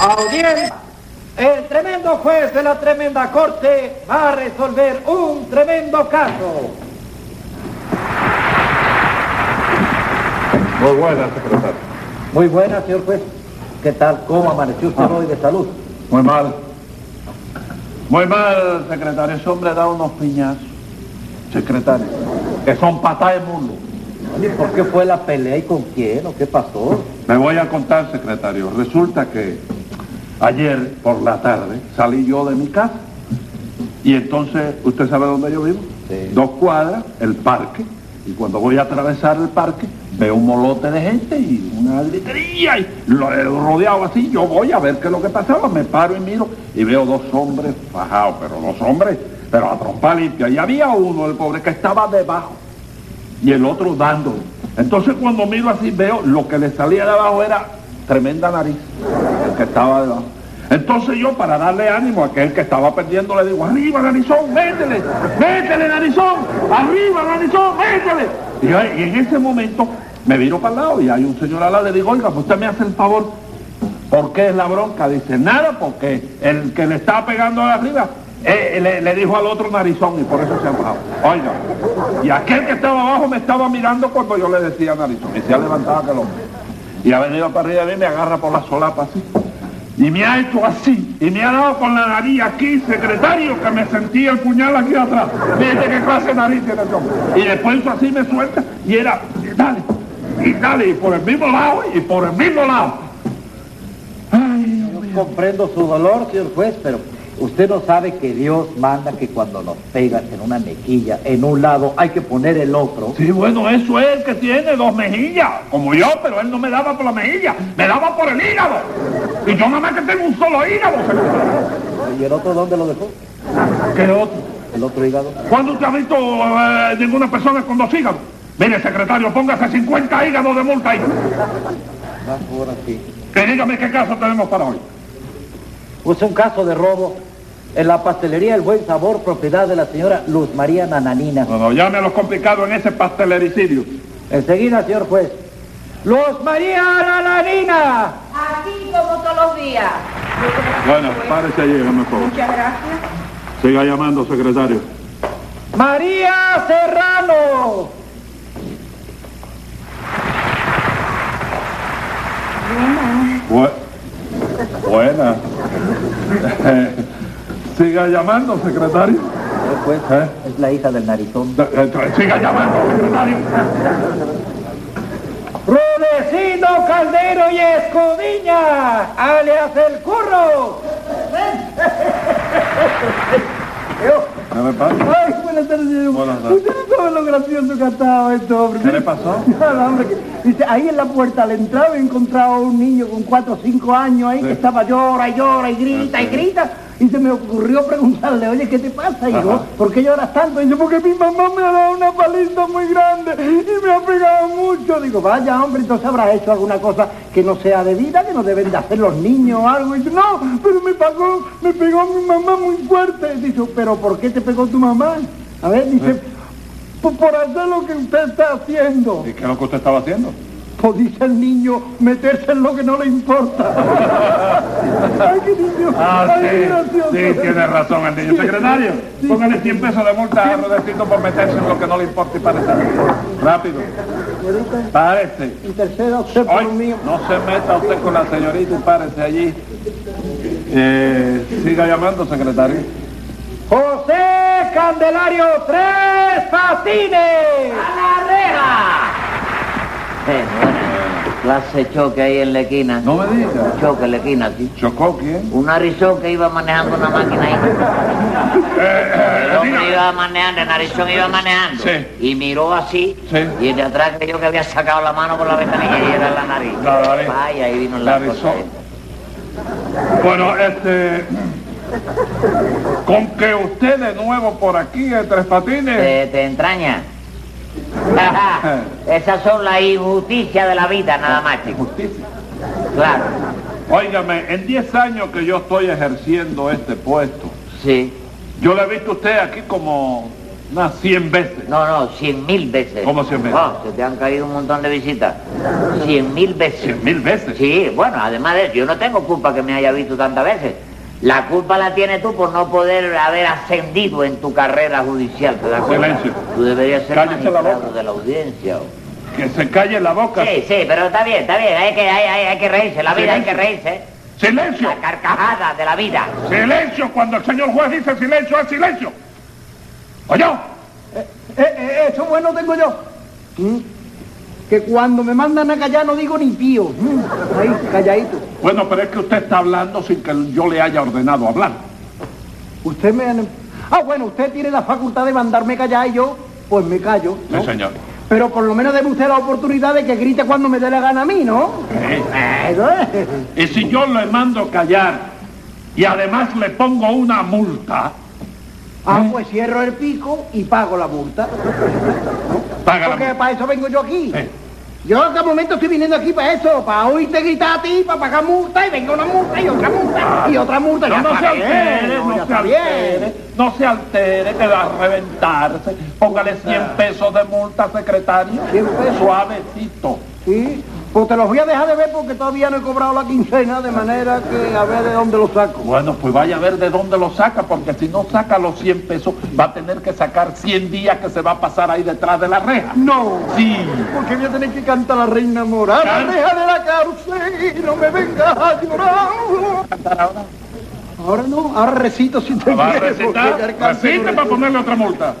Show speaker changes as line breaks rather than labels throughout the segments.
Audiencia. El tremendo juez de la tremenda corte va a resolver un tremendo caso.
Muy buena, secretario.
Muy buena, señor juez. ¿Qué tal? ¿Cómo amaneció usted hoy de salud?
Muy mal. Muy mal, secretario. Ese hombre da unos piñazos, secretario, que son patas de mulo.
Oye, ¿por qué fue la pelea y con quién o qué pasó?
Me voy a contar, secretario. Resulta que ayer por la tarde salí yo de mi casa y entonces, ¿usted sabe dónde yo vivo?
Sí.
Dos cuadras, el parque. Y cuando voy a atravesar el parque, veo un molote de gente y una gritería y lo he rodeado así. Yo voy a ver qué es lo que pasaba. Me paro y miro y veo dos hombres fajados, pero dos hombres, pero a trompa limpia. Y había uno, el pobre, que estaba debajo y el otro dándole. Entonces cuando miro así veo lo que le salía de abajo era tremenda nariz, el que estaba debajo. Entonces yo para darle ánimo a aquel que estaba perdiendo le digo, arriba narizón, métele, métele narizón, arriba narizón, métele. Y, yo- y en ese momento me viro para el lado y hay un señor al lado, le digo, oiga, pues usted me hace el favor, ¿Por qué es la bronca? Dice, nada, porque el que le estaba pegando de arriba eh, le, le dijo al otro narizón y por eso se ha bajado. Oiga, y aquel que estaba abajo me estaba mirando cuando yo le decía narizón. Y se ha levantado aquel hombre. Y ha venido para arriba de mí, me agarra por la solapa así. Y me ha hecho así. Y me ha dado con la nariz aquí, secretario, que me sentía el puñal aquí atrás. Fíjate qué clase de nariz tiene ese hombre. Y después hizo así, me suelta. Y era, y dale, y dale, y por el mismo lado, y por el mismo lado. Ay,
Yo comprendo su dolor, señor juez, pero usted no sabe que Dios manda que cuando nos pegas en una mejilla, en un lado, hay que poner el otro.
Sí, bueno, eso es el que tiene dos mejillas, como yo, pero él no me daba por la mejilla, me daba por el hígado. Y yo nada más que tengo un solo hígado, señor.
¿Y el otro dónde lo dejó?
¿Qué otro?
¿El otro hígado?
¿Cuándo usted ha visto eh, ninguna persona con dos hígados? Mire, secretario, póngase 50 hígados de multa ahí.
Ah, ahora sí.
Y dígame qué caso tenemos para hoy.
Puse Pues un caso de robo en la pastelería El Buen Sabor, propiedad de la señora Luz María Nananina.
No, no, llame a los complicados en ese pastelericidio.
Enseguida, señor juez. Luz María Nananina.
Aquí como todos los días.
Bueno, párese allí, dígame por
Muchas gracias.
Siga llamando, secretario.
María Serrano.
buena. Siga llamando, secretario.
Señor juez,
¿Eh?
es la hija del narizón.
Siga llamando, secretario.
Rudecindo Caldero y Escudiña, alias El Curro.
¿Qué le pasa?
Ay, buenas tardes, señor.
Buenas tardes.
Usted no sabe lo gracioso que ha estado este hombre.
¿Qué le pasó?
Ah, no, hombre, que- dice, ahí en la puerta, al entrar, he encontrado a un niño con 4 o 5 años ahí que estaba llora y llora y grita y grita. Y se me ocurrió preguntarle, oye, ¿qué te pasa, hijo?
Ajá.
¿Por qué lloras tanto? Y dice, porque mi mamá me ha dado una paliza muy grande y me ha pegado mucho. Digo, vaya, hombre, entonces habrás hecho alguna cosa que no sea debida, que no deben de hacer los niños o algo. Y dice, no, pero me pagó, me pegó mi mamá muy fuerte. Y dice, pero ¿por qué te pegó tu mamá? A ver, dice, "Por- por hacer lo que usted está haciendo.
¿Y qué es lo que usted estaba haciendo?
Pues dice el niño, meterse en lo que no le importa. Ay, qué niño.
Ah,
Ay, qué
sí.
gracioso.
Sí, tiene razón el niño. Secretario, póngale 100 pesos de multa a Rodecito por meterse en lo que no le importa y parece. Rápido.
Señorita,
Párese.
Y tercera opción por
Hoy
mío.
no se meta usted con la señorita y párese allí. Eh, siga llamando, secretario.
José Candelario Tres Patines.
Eh, bueno, clase de choque ahí en la esquina.
No me diga.
Choque en la esquina, sí.
¿Chocó quién?
Un narizón que iba manejando una máquina ahí.
Eh,
El hombre iba manejando, el narizón iba manejando.
Sí.
Y miró así.
Sí.
Y el de atrás creyó que había sacado la mano por la ventanilla y era la nariz.
La nariz.
Vaya, ahí vino la
Narizón.
cosa. eh. esa.
Bueno, este... Con que usted de nuevo por aquí, en Tres Patines...
¿Te, te entraña? Esas son las injusticias de la vida, nada más, chicos.
Justicia.
Claro.
Óigame, en 10 años que yo estoy ejerciendo este puesto,
Sí.
yo le he visto a usted aquí como Unas 100 veces.
No, no, cien mil veces.
¿Cómo cien veces?
Wow, se te han caído un montón de visitas. Cien mil veces.
¿Cien mil veces?
Sí, bueno, además de yo no tengo culpa que me haya visto tantas veces. La culpa la tienes tú por no poder haber ascendido en tu carrera judicial. ¿te das cuenta?
Silencio.
Tú deberías ser
Cállese la
magistrado
boca.
de la audiencia. o-
Que se calle la boca.
Sí, sí, pero está bien, está bien. Hay que, hay, hay, hay que reírse, la vida hay que reírse.
¡Silencio!
La carcajada de la vida.
¡Silencio! Cuando el señor juez dice silencio, es silencio. Oye,
Eh, eh, eso bueno tengo yo. Mm. Que cuando me mandan a callar no digo ni pío. Mm. Ahí, calladito.
Bueno, pero es que usted está hablando sin que yo le haya ordenado hablar.
Usted me... han- Ah, bueno, usted tiene la facultad de mandarme callar y yo, pues me callo. ¿no?
Sí, señor.
Pero por lo menos deme usted la oportunidad de que grite cuando me dé la gana a mí, ¿no?
Sí.
Eso es.
Y si yo le mando callar y además le pongo una multa,
Ah, pues cierro el pico y pago la multa.
paga la
Porque
multa.
para eso vengo yo aquí.
Sí.
Yo en cada momento estoy viniendo aquí para eso, para oírte gritar a ti, para pagar multa, y venga una multa, y otra multa, y otra multa.
No,
ya
no se
está bien,
altere, no
no, ya
se
está bien.
altere, no se altere, que va a reventarse. Póngale 100 pesos de multa, secretario.
100 pesos.
Suavecito.
Sí, pues te los voy a dejar de ver porque todavía no he cobrado la quincena, de manera que a ver de dónde los saco.
Bueno, pues vaya a ver de dónde lo saca, porque si no saca los 100 pesos, va a tener que sacar 100 días que se va a pasar ahí detrás de la reja.
No,
Sí.
porque voy a tener que cantar la reina morada.
Canta.
Deja de la cárcel y no me vengas a llorar.
¿Cantar ahora?
Ahora no, ahora recito si te
Ah, ¿Va a
quieres,
recitar?
porque ya canto
Recite
por
para
eso.
ponerle otra multa.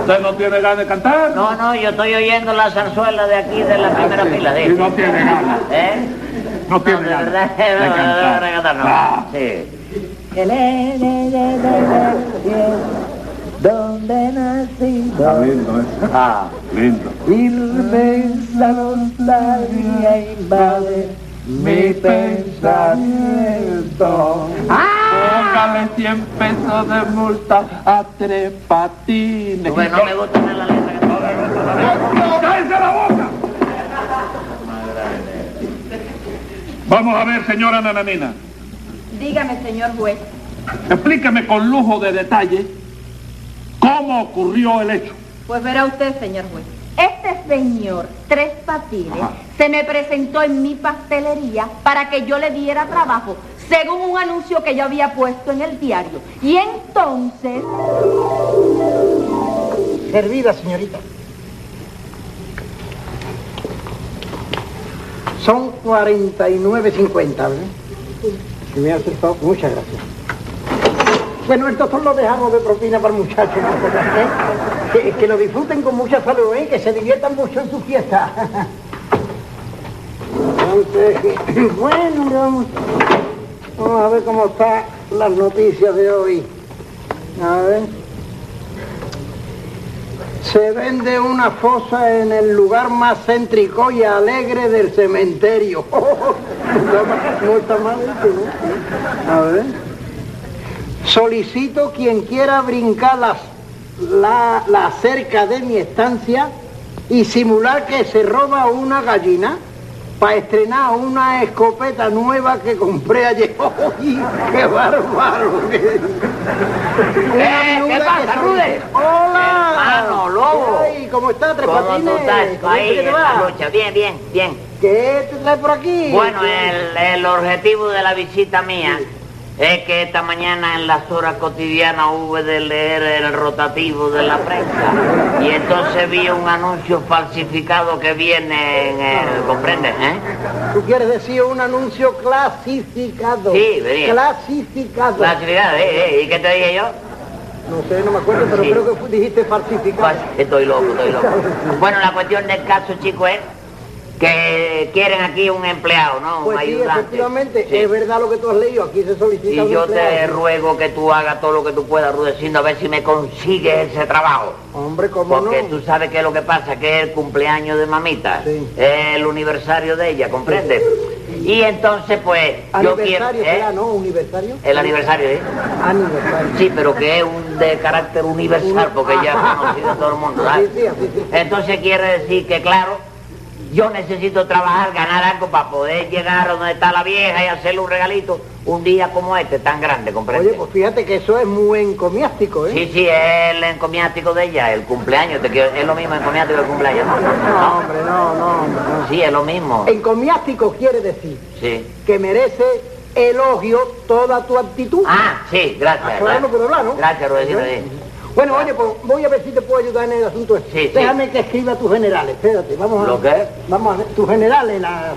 ¿Usted no tiene ganas de cantar?
No, no, yo estoy oyendo la zarzuela de aquí, de la primera fila de
Y no tiene ganas.
¿Eh?
No
No,
tiene
de
ganas
verdad,
de
no, no,
cantar.
no, no, no,
Ah,
no. Sí. ¿Dónde nací?
está lindo eso.
Ah.
Lindo.
Firmes la nostalgia invade mi pensamiento.
Póngale 100 pesos de multa a tres patines.
Bueno, no me gusta la letra. que-
¡Cállese la boca! Vamos a ver, señora Nananina.
Dígame, señor juez.
Explíqueme con lujo de detalle cómo ocurrió el hecho.
Pues verá usted, señor juez. Este señor, Tres Patines, se me presentó en mi pastelería para que yo le diera trabajo, según un anuncio que yo había puesto en el diario. Y entonces...
Servida, señorita. Son 49.50, ¿verdad? Que me ha aceptado. Muchas gracias. Bueno, el doctor lo dejamos de propina para el muchacho. ¿no? Que, que lo disfruten con mucha salud, ¿eh? Que se diviertan mucho en su fiesta. Entonces, bueno, vamos, vamos a ver cómo están las noticias de hoy. A ver. Se vende una fosa en el lugar más céntrico y alegre del cementerio. no está mal esto, ¿no? A ver. Solicito quien quiera brincar las- la, la cerca de mi estancia y simular que se roba una gallina para estrenar una escopeta nueva que compré ayer. ¡Ay, ¡Qué bárbaro! Una
Eh, ¿qué
viuda
pasa,
que
Rude?
¡Hola!
Hermano, lobo.
Ay, ¿cómo está, Tres
¿Cómo
Patines?
tú estás
¿Cómo es
ahí
que te
en
va?
la lucha? Bien, bien, bien.
¿Qué te trae por aquí?
Bueno, el, el objetivo de la visita mía es que esta mañana en las horas cotidianas hube de leer el rotativo de la prensa y entonces vi un anuncio falsificado que viene en el... ¿Comprendes? Eh?
Tú quieres decir un anuncio clasificado.
Sí, venía.
Clasificado.
Falsificado, ¿eh? ¿eh? ¿Y qué te dije yo?
No sé, no me acuerdo, pero
Sí.
creo que fu- dijiste falsificado.
Pues, Estoy loco, estoy loco. Bueno, la cuestión del caso, chico, es que quieren aquí un empleado, ¿no? Un
Pues sí,
ayudante.
efectivamente,
Sí.
es verdad lo que tú has leído. Aquí se solicita
Y
un
yo te
empleado.
ruego que tú hagas todo lo que tú puedas, Rudecindo, a ver si me consigues ese trabajo.
Hombre, ¿cómo
Porque
no?
tú sabes que es lo que pasa, que es el cumpleaños de mamita,
Sí.
es el aniversario de ella, ¿comprendes? Y entonces, pues, yo quiero...
Aniversario
¿eh?
será, ¿no? ¿Universario?
El aniversario, ¿eh?
Aniversario.
Sí, pero que es un de carácter universal, porque ya es conocido todo el mundo, ¿sabes?
Sí, sí, así sí.
Entonces quiere decir que, claro, Yo necesito trabajar, ganar algo para poder llegar a donde está la vieja y hacerle un regalito un día como este, tan grande, ¿comprende?
Oye, pues fíjate que eso es muy encomiástico, ¿eh?
Sí, sí, es el encomiático de ella, el cumpleaños, te quiero- es lo mismo encomiático que el cumpleaños, ¿no?
No,
¿no?
hombre, no, no, hombre, no.
Sí, es lo mismo,
Encomiástico quiere decir
sí.
que merece elogio toda tu actitud.
Ah, sí, gracias.
Ah, claro, no puedo hablar, ¿no?
Gracias, Rudecito, sí.
Bueno, oye, pues voy a ver si te puedo ayudar en el asunto este.
Sí, sí.
Déjame que escriba tus generales, espérate, vamos a...
¿Lo qué?
Vamos a ver, tus generales, la...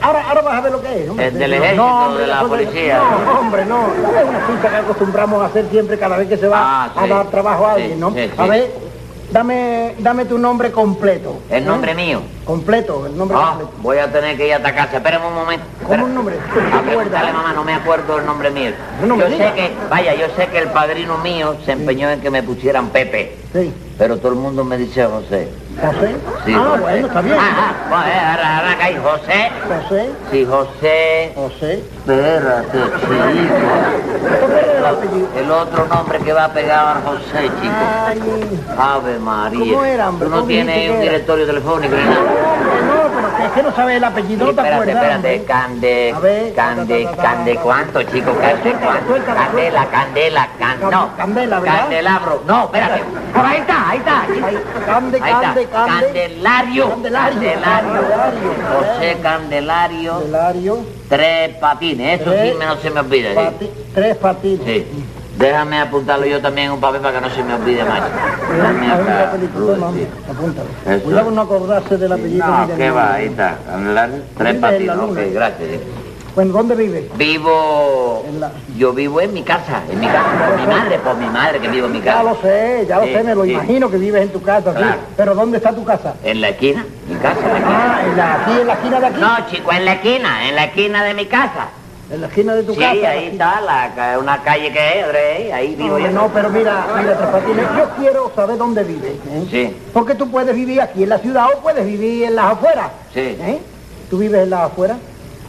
Ahora, ahora vas a ver lo que es. hombre.
El del ejército, de la
cosa-
policía.
No, hombre, no. Es una cita que acostumbramos a hacer siempre cada vez que se va
Ah,
a
sí.
dar trabajo a
Sí,
alguien, ¿no?
sí,
A
sí.
ver, dame, dame tu nombre completo.
El
¿eh?
nombre mío.
Completo, el nombre
Ah,
completo.
voy a tener que ir a atacarse. Espérame un momento.
¿Cómo un nombre? ¿Te
Ah,
acuerdas?
pregúntale, mamá, no me acuerdo el nombre mío.
No me
yo
digas.
sé que, vaya, yo sé que el padrino mío se empeñó en que me pusieran Pepe,
Sí.
pero todo el mundo me dice José.
José.
Sí,
ah,
José.
bueno, está bien.
Ah, ah, José, ahora, ahora caí, José.
José,
Sí, José.
José.
Espérate, chico. El otro nombre que va pegado a José, chico.
Ay.
Ave María.
Ah. ¿Cómo era, hombre?
Tú no
¿Cómo dijiste
tienes un
que era?
directorio telefónico ni nada.
No, pero que es que no sabe el
Sí,
apellido, no te
espérate,
acuerdas.
espérate,
hombre.
Cande,
A ver,
Cande,
ta, ta, ta, ta,
Cande,
ta.
¿cuánto, chico? Cande,
Suéltala,
¿cuánto?
suéltala,
Candela, Candela, Can-
Cam-
no,
Candela, ¿verdad?
Candelabro, no, espérate, por ahí está, ahí está. chico.
Ahí, Cande,
Ahí está.
Cande, Cande.
Candelario,
Candelario.
Candelario,
Candelario.
José Candelario,
Candelario,
tres patines, eso sí
Tres
me- no se me olvida, sí.
pati- tres patines.
Sí. Déjame apuntarlo yo también en un papel para que no se me olvide más.
Mira,
Dame
a ver
acá,
la película,
Rudy,
toma,
sí.
apúntalo.
Eso.
Cuidado no acordarse del apellido.
¿Eh? No,
ni del
qué
nombre.
va, ahí está, Candelario, tres
Vive en la
patines, ok,
luna.
gracias. sí.
Bueno, Pues, ¿dónde vive?
Vivo.
En la-
Yo vivo en mi casa, en mi casa. Por mi madre, por mi madre que vivo en mi
Ya lo
casa.
sé, ya lo
Sí,
sé, me lo
sí.
imagino que vives en tu casa, sí.
Claro.
Pero ¿dónde está tu casa?
En la esquina, mi casa. en la esquina.
Ah, en la, aquí, en la esquina de aquí.
No, chico, en la esquina, en la esquina de mi casa.
En la esquina de tu
Sí,
casa.
ahí está, la, ca- una calle que es, Andrés, ahí vivo
No,
yo.
no, pero mira, mira, Tres Patines, yo quiero saber dónde vives. ¿eh?
Sí.
Porque tú puedes vivir aquí en la ciudad o puedes vivir en las afueras.
Sí.
¿eh? ¿Tú vives en las afueras?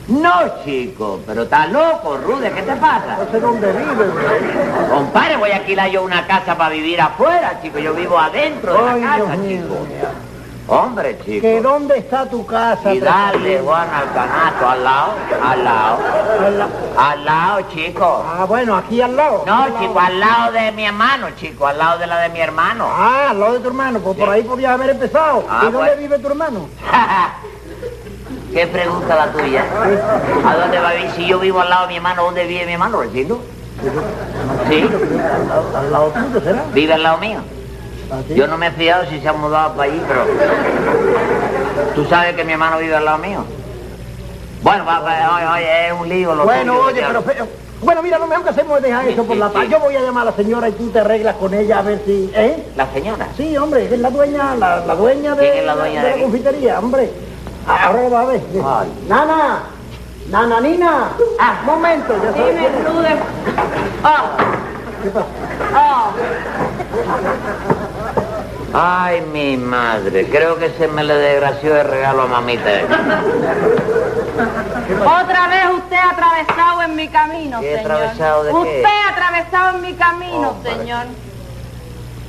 No, chico, pero estás loco, Rude, ¿qué te pasa?
No sé dónde vives. ¿eh? güey.
Compadre, voy a alquilar yo una casa para vivir afuera, chico. Yo vivo adentro de
Ay,
la casa,
Dios mío.
chico. Hombre, chico.
¿Que dónde está tu casa?
Y
Tres
dale,
Patines?
Juan, al canasto, al lado, al lado,
Al la-
al lado, chico.
Ah, bueno, aquí al lado. Al
No,
lado.
chico, al lado de mi hermano, chico, al lado de la de mi hermano.
Ah, al lado de tu hermano, pues por ahí podías haber empezado.
Ah,
¿Y dónde
bueno.
vive tu hermano?
¿Qué pregunta la tuya? ¿A dónde va a vivir? Si yo vivo al lado de mi hermano, ¿dónde vive mi hermano, Rosendo? Sí,
Al, lado- al lado tuyo, ¿será?
vive al lado mío.
¿Ah, sí?
Yo no me he fijado si se ha mudado para allí, pero... ¿Tú sabes que mi hermano vive al lado mío? Bueno, va, va, oye, oye, es un lío lo
Bueno,
tuyo,
oye,
ya.
pero... fe- Bueno, mira, lo mejor que hacemos es dejar
Sí,
eso por
sí,
la paz.
sí.
Yo voy a llamar a la señora y tú te arreglas con ella a ver si... ¿Eh?
La señora.
Sí, hombre, es la dueña, la, la dueña de,
¿Quién es la dueña de
la
aquí?
confitería, hombre. Ah, Ahora lo va a ver.
Ay.
Nana, Nana Nina,
Ah.
momento, ya sabes
Dime,
quién es.
Rude. Oh. Oh.
Ay, mi madre, creo que se me le desgració el regalo a mamita.
Otra vez usted ha atravesado en mi camino,
¿Qué he
señor.
atravesado de qué?
usted ha atravesado en mi camino,
Hombre.
señor.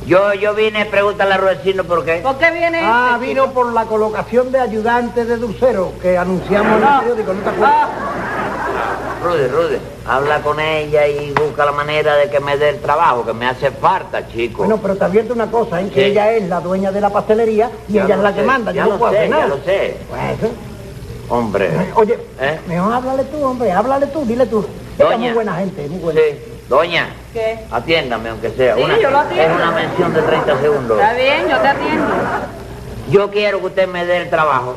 Yo, yo vine, pregúntale a Rudecino por qué.
¿Por qué viene
Ah,
este
vino
chico?
por la colocación de ayudante de dulcero que anunciamos en el
Ah.
periódico, ¿no te acuerdas?
Ah,
Rudy, Rudy, habla con ella y busca la manera de que me dé el trabajo, que me hace falta, chico.
Bueno, pero te advierto una cosa, ¿eh? que
Sí.
ella es la dueña de la pastelería y
Ya
ella es
lo
la
sé,
que manda,
ya
yo
lo
no puedo
sé,
hacer nada.
Ya lo sé,
Bueno,
hombre.
oye,
¿Eh?
mejor háblale tú, hombre, háblale tú, dile tú. Ella es muy
Doña.
buena gente, muy buena.
Sí, doña,
¿Qué?
atiéndame aunque sea.
Sí,
una,
yo lo atiendo.
Es una mención de 30 segundos.
Está bien, yo te atiendo.
Yo quiero que usted me dé el trabajo,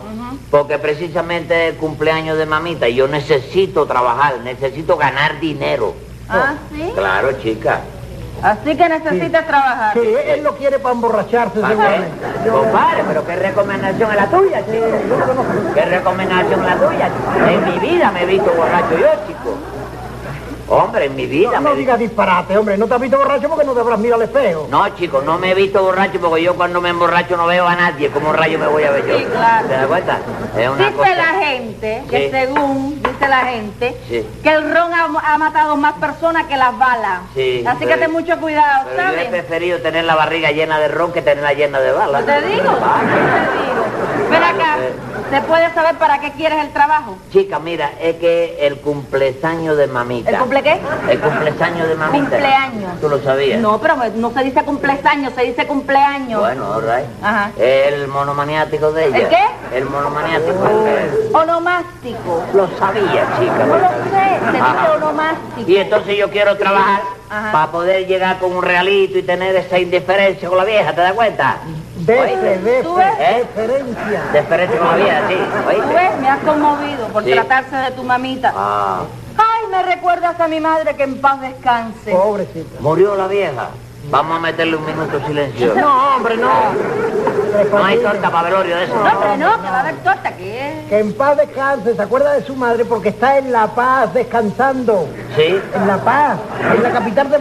porque precisamente es el cumpleaños de mamita y yo necesito trabajar, necesito ganar dinero.
¿Ah, sí?
Claro, chica.
Así que necesitas trabajar.
Sí, él lo quiere para emborracharse,
¿Para qué?
seguramente.
Compadre, pero qué recomendación es la tuya, chico. Qué recomendación es la tuya. chico. En mi vida me he visto borracho yo, chico. Hombre, en mi vida
No,
me
no
he visto...
digas disparate, hombre. No te has visto borracho porque no te habrás mirado al espejo.
No, chico, no me he visto borracho porque yo cuando me emborracho no veo a nadie. ¿Cómo rayo me voy a ver yo?
Sí, claro.
¿Te das cuenta? Es una
Dice
cosa...
la gente, que
Sí.
según dice la gente,
Sí.
que el ron ha, ha matado más personas que las balas.
Sí,
Así que
pero-
ten mucho cuidado,
Pero este yo he
¿sabes?
preferido tener
Pues
la barriga llena de ron que tenerla llena de balas.
Te digo, te digo. Ven acá, ¿Se puede saber para qué quieres el trabajo?
Chica, mira, es que el cumpleaños de mamita.
¿El cumple qué?
El cumpleaños de mamita.
Cumpleaños.
¿Tú lo sabías?
No, pero no se dice cumpleaños, se dice cumpleaños.
Bueno, all right.
Ajá.
El monomaniático de ella.
¿El qué?
El monomaniático. de
Onomástico.
Lo sabía, chica.
No lo sé, se dice
Ajá.
onomástico.
Y entonces yo quiero trabajar
Ajá.
para poder llegar con un realito y tener esa indiferencia con la vieja, ¿te das cuenta?
Defe, defe,
¿Tú ves?
¿Eh?
deferencia.
Diferencia con la vieja, sí.
Tú
¿Oíste?
ves, me has conmovido por
Sí.
tratarse de tu mamita.
Ah,
Ay, me recuerdas a mi madre que en paz descanse.
Oh. Pobrecita.
murió la vieja. Vamos a meterle un minuto de silencio.
No, hombre, no.
No hay torta para velorio de eso.
No, hombre, no, que va a haber torta, ¿eh? que es.
Que en paz descanse, se acuerda de su madre porque está en La Paz descansando.
Sí.
En La Paz, en la capital de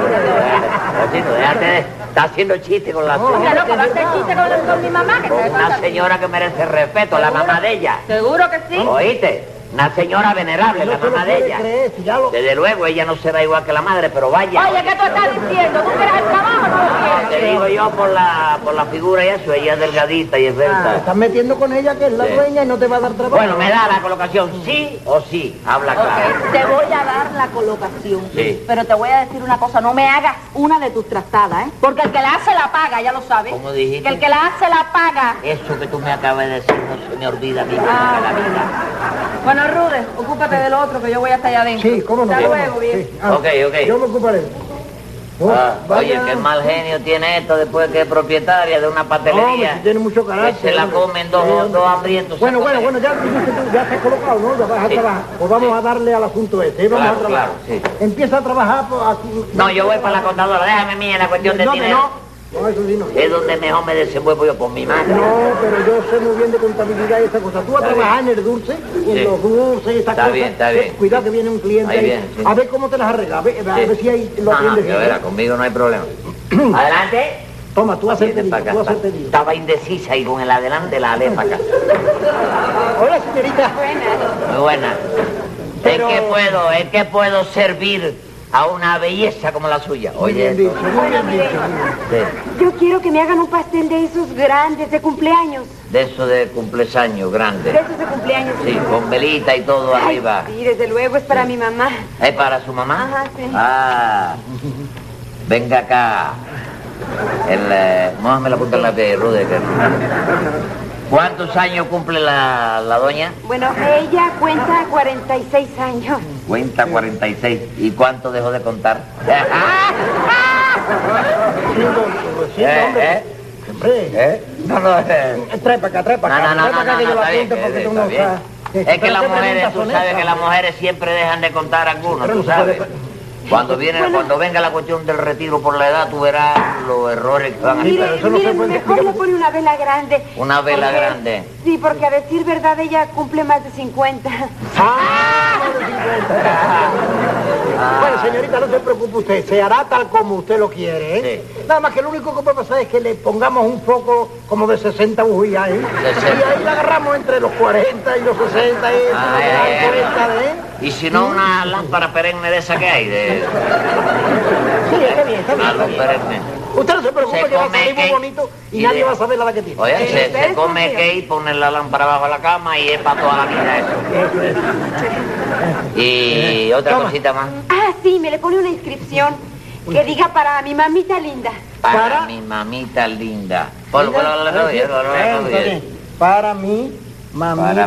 Bolivia.
Rosito, déjate de- Está haciendo chiste con la
Porque
tuya.
no, que va a hacer chiste con, con mi mamá, que se
Una
descansa.
señora que merece respeto, la mamá de ella.
Seguro que sí.
Oh, ¿Oíste? Una señora venerable, la
No se lo
mamá de
puede
ella.
creer, si ya lo...
Desde luego, ella no será igual que la madre, pero vaya.
Oye, ¿qué tú estás diciendo? ¿Tú quieres el trabajo o no lo
No, Te
quieres?
digo yo por la, por la figura y eso, ella es delgadita y es
Ah,
verdad.
estás metiendo con ella que es la
Sí.
dueña y no te va a dar trabajo.
Bueno, me da la colocación, sí o sí, habla claro.
Ok, te voy a dar la colocación.
Sí.
Pero te voy a decir una cosa, no me hagas una de tus trastadas, ¿eh? Porque el que la hace la paga, ya lo sabes.
¿Cómo dijiste?
Que el que la hace la paga.
Eso que tú me acabas de decir no se me olvida a mí nunca
Ah,
en la vida.
Bueno, Rude, ocúpate del otro, que yo voy hasta allá adentro.
Sí, cómo no.
Hasta
cómo no.
luego, bien.
Sí, ah,
Ok, ok.
Yo me ocuparé. No,
Ah, oye,
vaya.
qué mal genio tiene esto después que es propietaria de una
Hombre,
pastelería.
si tiene mucho carácter.
Que se la
hombre.
comen dos-
Sí, hombre.
dos hambrientos,
Bueno,
se
bueno,
comen.
bueno, ya, dijiste tú, ya estás colocado, ¿no? Ya vas a
Sí.
trabajar. Pues vamos a darle al asunto este. ¿eh? Vamos
Claro,
a trabajar.
claro,
Empieza a trabajar por aquí.
No, yo voy para la contadora, déjame a mí en la cuestión de
No, que no.
dinero.
No, eso sí no.
Es donde mejor me desenvuelvo yo por mi mano.
No, pero yo sé muy bien de contabilidad y esa cosa. Tú vas a
Está
trabajar en el dulce, y en
Sí.
los dulces y esas
Está
cosas.
bien, está
Eh,
bien.
Cuidado que viene un cliente
Ahí
ahí.
viene, sí.
A ver cómo te las arreglas. A ver, a ver
Sí.
si ahí lo
no, no,
atiendes ¿eh?
yo
bien.
era, conmigo no hay problema. Adelante.
Toma, tú haces
Viene
pedido,
para acá.
tú haces pedido.
Estaba indecisa y con el adelante la alé para acá.
Hola, señorita.
Muy buena.
Pero-
¿En qué puedo, en qué puedo servir a una belleza como la suya? Oye,
Bien dicho,
esto-
muy bien dicho. muy bien.
de,
Yo quiero que me hagan un pastel de esos grandes de cumpleaños.
de eso de cumpleaños
De
grande.
esos de cumpleaños.
Sí, con velita y todo
Ay,
arriba.
sí, desde luego es para mi mamá.
¿Es para su mamá?
Ajá, sí.
Ah, venga acá. El, eh, mójame la punta de la piel, Rude. que no. ¿Cuántos años cumple la, la doña?
Bueno, ella cuenta 46 años.
Cuenta 46. ¿Y cuánto dejó de contar?
Sí, hombre, pues, sí,
Eh,
hombre.
eh,
Hombre,
¿Eh? No, no, eh.
Trae para acá, trae para
No, no,
acá. trae
no,
para
no,
acá que
no,
yo lo
está bien,
apunte porque
que-
tú
está
no
bien.
sabes. Sí,
Es que
pero
las
qué
mujeres,
preguntas
tú
son
sabes
esas?
que las mujeres siempre dejan de contar algunos,
Pero
tú
no se puede
sabes. Cuando viene,
Bueno.
cuando venga la cuestión del retiro por la edad, tú verás los errores que van a
Mire,
hacer.
pero eso
Miren,
no se
miren,
puede
mejor le pone una vela grande.
pues, Una vela
Porque-
grande.
Sí, porque a decir verdad ella cumple más de 50.
Ah, no, de 50. Bueno, señorita, no se preocupe usted. Se hará tal como usted lo quiere, ¿eh? Nada más que lo único que puede pasar es que le pongamos un foco como de 60 bujías, ¿eh?
60.
Y ahí la agarramos entre los 40 y los 60, ¿eh?
Ay,
Nos
ay,
dan
ay.
40, ¿eh?
Y si no, una lámpara perenne de esa que hay, de
Sí, está bien, está bien.
una
está
luz
bien.
perenne.
Usted no se preocupe
Se
que va a
come
salir muy
cake
bonito y,
y
nadie
de-
va a saber la edad que tiene.
Oye, se,
ustedes
se come
confían.
que y ponen la lámpara bajo la cama y es para toda la vida eso. Y otra cosita más.
Ah, sí, me le pone una inscripción que diga para mi mamita linda.
Para,
Para-
mi mamita linda. Por, por- por- por- por- por-
Bien,
por-
está bien. Para mi mamita.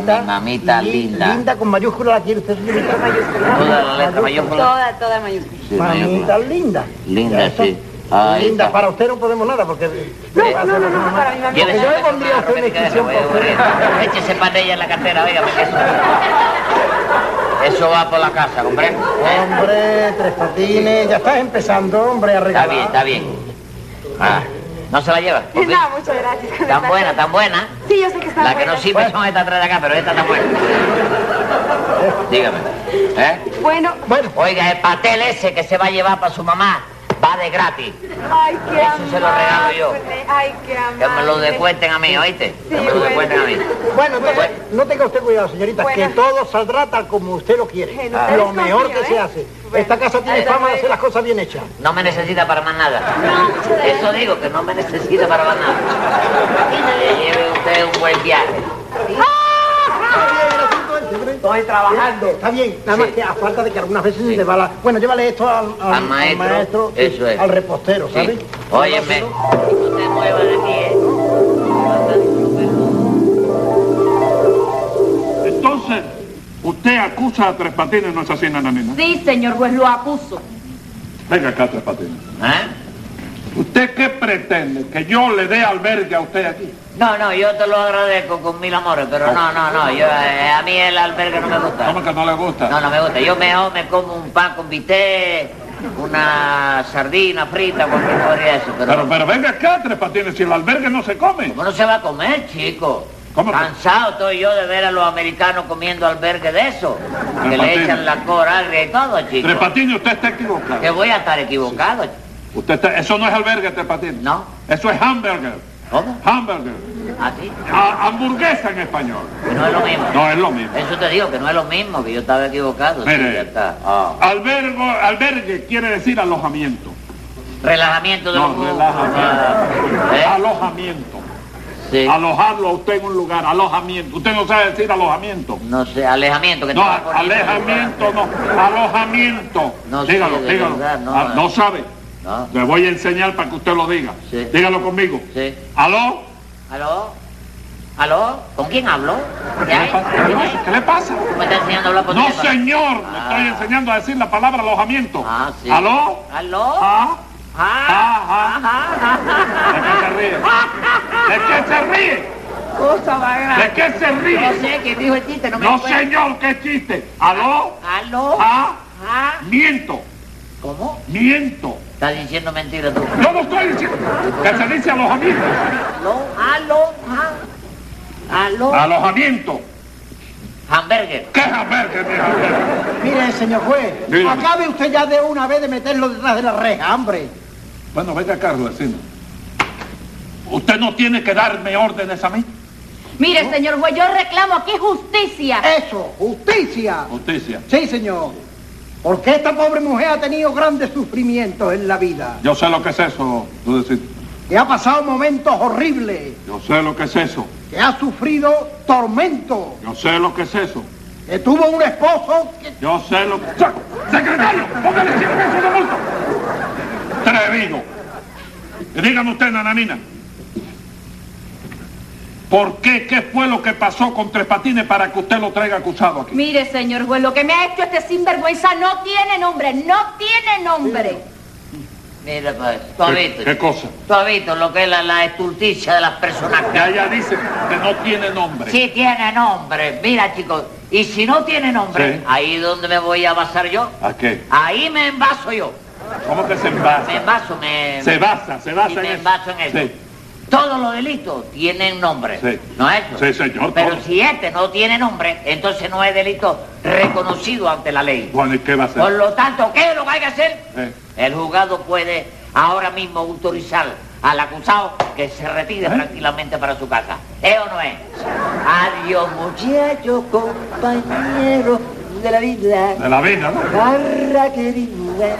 Para mi mamita linda.
Linda con mayúscula la quiere usted. señorita?
Toda la letra mayúscula.
Toda, toda mayúscula.
Sí,
Mamita
mayúscula.
linda.
Linda,
Ya está.
sí. Ahí
linda,
está.
para usted no podemos nada porque...
No,
Eh,
no, no, no, para mi mamita.
¿Quieres
Porque yo le
hacer una
pondría a usted una
rometica de
inscripción
la
por
huevo, eh? Échese para ella en la cartera, óigame que eso. Eso va por la casa, hombre. ¿eh?
Hombre, tres patines, ya estás empezando, hombre, a
Está
regalar.
bien, está bien. Ah, ¿No se la lleva? ¿Por qué?
No, muchas gracias. de
Tan
verdad.
buena, tan buena.
Sí, yo sé que está
La que no
buena.
sirve son estas tres de acá, pero esta está buena. Dígame. ¿Eh?
Bueno,
Bueno,
Oiga, el pastel ese que se va a llevar para su mamá va de gratis.
ay, qué
Eso se lo regalo yo.
amable, Ay, qué amable.
Que me lo descuenten a mí, ¿oíste? Que me lo
bueno.
descuenten a mí.
bueno, entonces, no tenga usted cuidado, señorita,
Bueno.
que todo saldrá tal como usted lo quiere.
En ustedes
Lo mejor
confío,
que se
¿eh?
hace.
Bueno.
Esta casa tiene
Hasta
fama de
luego.
hacer las cosas bien hechas.
No me necesita para más nada. Eso digo, que no me necesita para más nada. Y me lleve usted un buen viaje.
¡Ah!
estoy trabajando.
Está bien, nada
Sí.
más que a falta de que algunas veces
Sí.
se le va la... Bueno, llévale esto al, al-
Al
al
maestro,
maestro, sí,
eso es.
al repostero, ¿sabes?
Sí. Óyeme, no te muevas de aquí, ¿eh?
Entonces, usted acusa a Tres Patines, no es así, nananina.
Sí, señor juez, lo acuso.
Venga acá, Tres Patines.
¿Ah?
¿Usted qué pretende? ¿Que yo le dé albergue a usted aquí?
No, no, yo te lo agradezco con mil amores, pero no, no, no, yo, eh, a mí el albergue no me
¿Cómo
gusta.
que no le gusta?
No, no me gusta. Yo mejor me como un pan con bistec, una sardina frita, cualquier cosa de eso, pero...
Pero, pero venga acá, Tres Patines, si el albergue no se come.
¿Cómo no se va a comer, chico?
¿Cómo que?
Cansado estoy yo de ver a los americanos comiendo albergue de eso. Que le
Patines.
echan la coral y todo, chico.
Tres Patines, usted está equivocado.
Que voy a estar equivocado, chico.
Usted está... Eso no es albergue, Tres Patines.
No.
Eso es hamburger.
¿Cómo?
Hamburger.
¿Así?
A- hamburguesa en español.
Que no es lo mismo.
No es lo mismo.
Eso te digo, que no es lo mismo, que yo estaba equivocado. sí,
Mire.
ya está. Ah.
Albergo, albergue quiere decir alojamiento.
Relajamiento de
No,
los músculos.
relajamiento.
Ah, ¿eh?
Alojamiento.
Sí.
Alojarlo a usted en un lugar, alojamiento. Usted no sabe decir alojamiento.
No sé, alejamiento que
No,
estaba poniendo.
alejamiento, no, alojamiento.
No sé,
dígalo,
de
dígalo.
verdad, no,
Ah, no sabe.
No.
Le voy a enseñar para que usted lo diga.
Sí.
Dígalo conmigo.
Sí.
¿Aló?
¿Aló? ¿Aló? ¿Con quién hablo?
¿Qué
¿Qué
le
hay?
pasa? ¿Qué le pasa? ¿Qué le pasa?
¿Tú me estás enseñando a hablar por
No,
teléfono?
señor, le
Ah.
estoy enseñando a decir la palabra alojamiento.
Ah, sí.
¿Aló?
¿Aló?
¿Ah?
Ah,
Ah,
ah, ah,
¿De qué se ríe? ¿De qué se ríe?
ah. Cosa más
¿De
grande.
qué se
No
ríe?
sé quién dijo el chiste, no me
No,
acuerdo.
señor, qué chiste. ¿Aló?
¿Aló?
¿Ah?
Ah.
Miento,
¿Cómo?
miento.
Estás diciendo mentira tú.
Yo no estoy diciendo que se dice alojamiento.
¿Aló? ¿Aló? Ah. ¿Aló?
Ah. Alojamiento.
Hamburger.
¿Qué hamburger, mi hamburger?
Mire, señor juez,
Dígame.
acabe usted ya de una vez de meterlo detrás de la reja, hombre.
Bueno, venga acá, vecino. Usted no tiene que darme órdenes a mí.
Mire, señor juez, yo reclamo aquí justicia.
Eso, justicia.
Justicia.
Sí, señor. Porque esta pobre mujer ha tenido grandes sufrimientos en la vida.
Yo sé lo que es eso, Rudecito.
Que ha pasado momentos horribles.
Yo sé lo que es eso.
Que ha sufrido tormentos.
Yo sé lo que es eso.
Que tuvo un esposo que...
Yo sé lo que... ¡Sa- ¡Secretario! ¡Póngale 100 pesos de multa! Treviño. Y Dígame usted, nananina. ¿Por qué? ¿Qué fue lo que pasó con Tres Patines para que usted lo traiga acusado aquí?
Mire, señor juez, lo que me ha hecho este sinvergüenza no tiene nombre, no tiene nombre.
Mira, pues, tú has
¿Qué-
visto.
qué cosa?
Tú has visto lo que es la, la estulticia de las personas.
Ya ella dice que no tiene nombre.
Sí tiene nombre. Mira, chicos, y si no tiene nombre,
Sí. Ah.
ahí es donde me voy a basar yo.
¿A qué?
Ahí me envaso yo.
¿Cómo que se envasa?
Me envaso, me...
Se basa, se basa
y
en
me
eso.
envaso en eso.
Sí.
Todos los delitos tienen nombre,
Sí.
¿no es eso?
Sí, señor,
Pero
todos.
si este no tiene nombre, entonces no es delito reconocido ante la ley.
Bueno, ¿y qué va a hacer?
Por lo tanto, ¿qué es lo que hay que hacer?
Eh.
El juzgado puede ahora mismo autorizar al acusado que se retire
¿Eh?
tranquilamente para su casa. ¿Eh o no es? Adiós, muchachos, compañeros de la vida.
De la vida, ¿no?
Barra querida.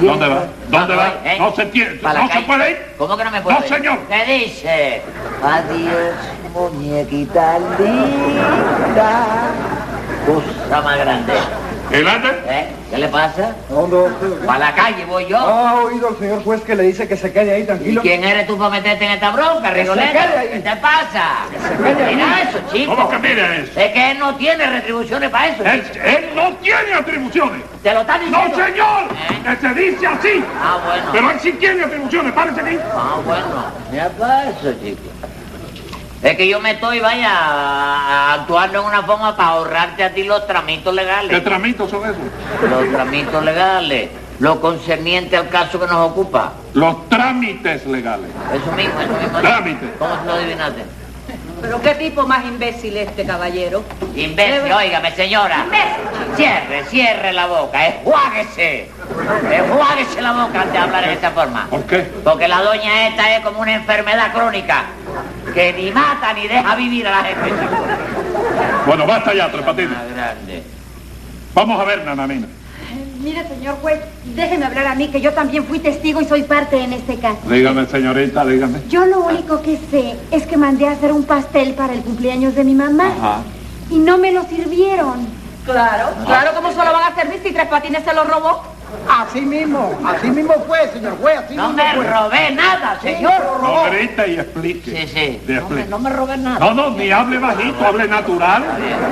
¿Dónde va? ¿Dónde va?
¿Eh?
No se tiene,
¿Para la
no se
calle?
puede ir.
¿Cómo que no me puedo
No,
ir?
señor.
¿Qué dice? Adiós, muñequita linda. Cosa más grande.
¿El arte?
¿Eh? ¿Qué le pasa? Para la calle voy yo.
¿Ha oído el señor juez que le dice que se quede ahí
¿Y quién eres tú para meterte en esta bronca, Rigoleta? ¿Qué te pasa? Mira eso,
¿Cómo
chico.
que mire eso?
Es que él no tiene retribuciones para eso.
Él,
chico.
él no tiene atribuciones.
¿Te lo están
¡No,
diciendo?
señor!
¿Eh?
Que se dice así.
Ah, bueno.
Pero él sí tiene atribuciones, párese aquí.
Ah, bueno. Mira para eso, chico. Es que yo me estoy, vaya, a- a- actuando en una forma para ahorrarte a ti los tramitos
¿Qué
legales.
tramitos son esos?
Los tramitos legales. Lo concerniente al caso que nos ocupa.
Los trámites legales.
Eso mismo, eso mismo.
Trámite.
¿Cómo se lo adivinaste?
Pero qué tipo más imbécil este caballero.
Imbécil, óigame, señora. Cierre, cierre la boca, enjuáguese. Enjuáguese la boca antes de hablar de esta forma.
¿Por qué?
Porque la doña esta es como una enfermedad crónica que ni mata ni deja vivir a la gente. chico.
Bueno, basta ya, Tres Patines.
Más grande.
Vamos a ver, nananina.
Mire, señor juez, déjeme hablar a mí, que yo también fui testigo y soy parte en este caso.
Dígame, señorita, dígame.
Yo lo único que sé es que mandé a hacer un pastel para el cumpleaños de mi mamá.
Ajá.
y no me lo sirvieron.
Claro, claro, ¿cómo se lo van a servir si Tres Patines se lo robó?
Así mismo, así mismo fue, señor juez, así
No
mismo
me
fue.
robé nada, señor.
No grite y explique.
Sí, sí.
De
No me,
explique.
no me robé nada.
No, no, ni hable bajito, hable natural.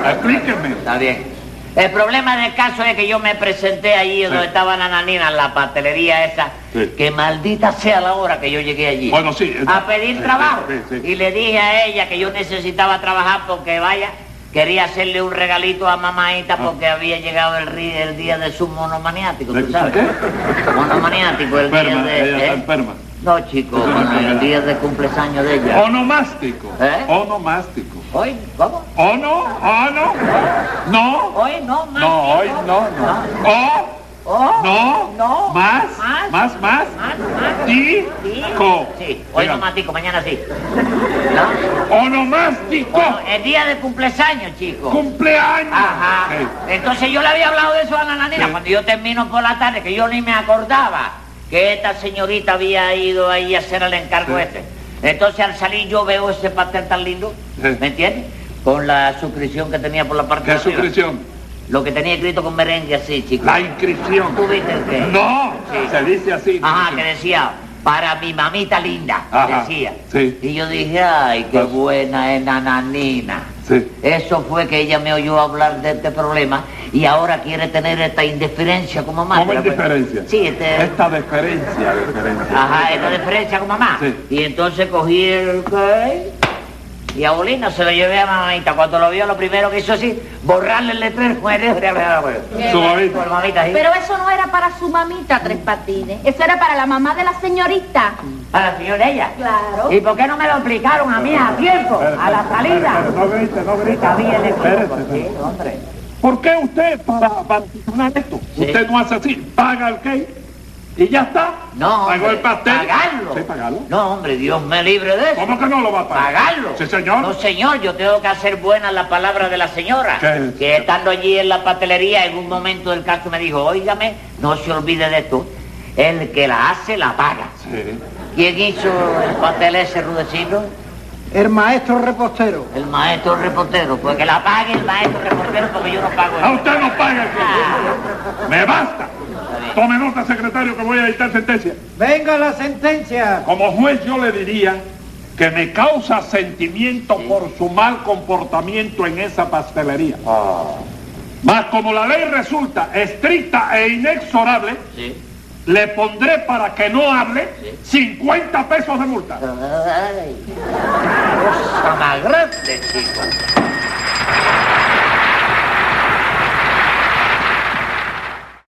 Explíqueme.
Está bien. El problema del caso es que yo me presenté allí donde estaba Nananina, en la pastelería esa,
Sí.
que maldita sea la hora que yo llegué allí.
Bueno, sí, es-
A pedir
sí,
trabajo.
sí, sí, sí.
Y le dije a ella que yo necesitaba trabajar porque vaya, quería hacerle un regalito a mamaita porque había llegado el, ri- el día de su monomaniático,
Ah. ¿De
¿tú sabes?
qué?
Monomaniático, el día
Enferma,
de...
ella está
¿eh?
enferma.
No, chico,
Eso no
bueno,
es
el
verdad.
día de cumpleaños de ella.
Onomástico.
¿Eh?
Onomástico.
Hoy, ¿cómo?
¿O no? ¿O no? ¿No?
Hoy no, más.
No, hoy
tiempo. Ah,
no, no. ¿O?
Oh,
¿No?
No.
¿Más?
Más.
¿Más? ¿Más?
Más, más. Sí.
¿Tico?
Sí, hoy no matico, mañana sí. ¿No?
¡Onomástico!
Bueno, el día de cumpleaños, chico.
¡Cumpleaños!
Ajá.
Sí.
Entonces yo le había hablado de eso a la nanina
Sí.
cuando yo termino por la tarde, que yo ni me acordaba que esta señorita había ido ahí a hacer el encargo
Sí.
este. Entonces al salir yo veo ese pastel tan lindo,
Sí.
¿me entiendes? Con la suscripción que tenía por la parte
¿Qué
de arriba.
suscripción?
Lo que tenía escrito con merengue así, chico.
La inscripción.
¿Tú viste el qué?
No,
Sí.
se dice así.
Ajá, que decía, para mi mamita linda,
Ajá,
decía.
sí.
Y yo dije, ay, qué
Pues-
buena es Nananina.
Sí.
Eso fue que ella me oyó hablar de este problema y ahora quiere tener esta indiferencia como mamá. pues,
¿Cómo indiferencia? ¿Eh?
Sí, este...
Esta deferencia, deferencia.
Ajá, esta diferencia con mamá.
Sí.
Y entonces cogí el cake y a Bolina se lo llevé a mamita. Cuando lo vio, lo primero que hizo así, borrarle el letrero con el dedo.
Suavito.
Por mamita, sí.
Pero eso no era para su mamita, Tres Patines. Eso era para la mamá de la señorita.
A la señora ella.
Claro.
¿Y por qué no me lo explicaron a mí a tiempo? A la salida.
No grite, no grite.
Está bien, le
Espérese,
explico, sí,
espérese.
hombre.
¿Por qué usted, para, para solucionar esto,
Sí.
usted no hace así? Paga el cake y ya está.
No,
Pagó
hombre,
el pastel.
Pagarlo.
Sí, pagarlo.
No, hombre, Dios me libre de eso.
¿Cómo que no lo va a pagar?
Pagarlo.
Sí, señor.
No, señor, yo tengo que hacer buena la palabra de la señora.
¿Qué?
Que estando allí en la pastelería, en un momento del caso me dijo, óigame, no se olvide de esto. El que la hace, la paga.
Sí.
¿Quién hizo el pastel ese rudecito?
El maestro repostero.
El maestro reportero. Pues que la pague el maestro reportero porque yo no pago.
A
eso.
usted no paga el
Ah.
cake. Me basta. Tome nota, secretario, que voy a dictar sentencia.
Venga la sentencia.
Como juez yo le diría que me causa sentimiento por su mal comportamiento en esa pastelería. Mas como la ley resulta estricta e inexorable,
Sí.
le pondré para que no hable 50 pesos de multa.
Ay, cosa más grande, chico.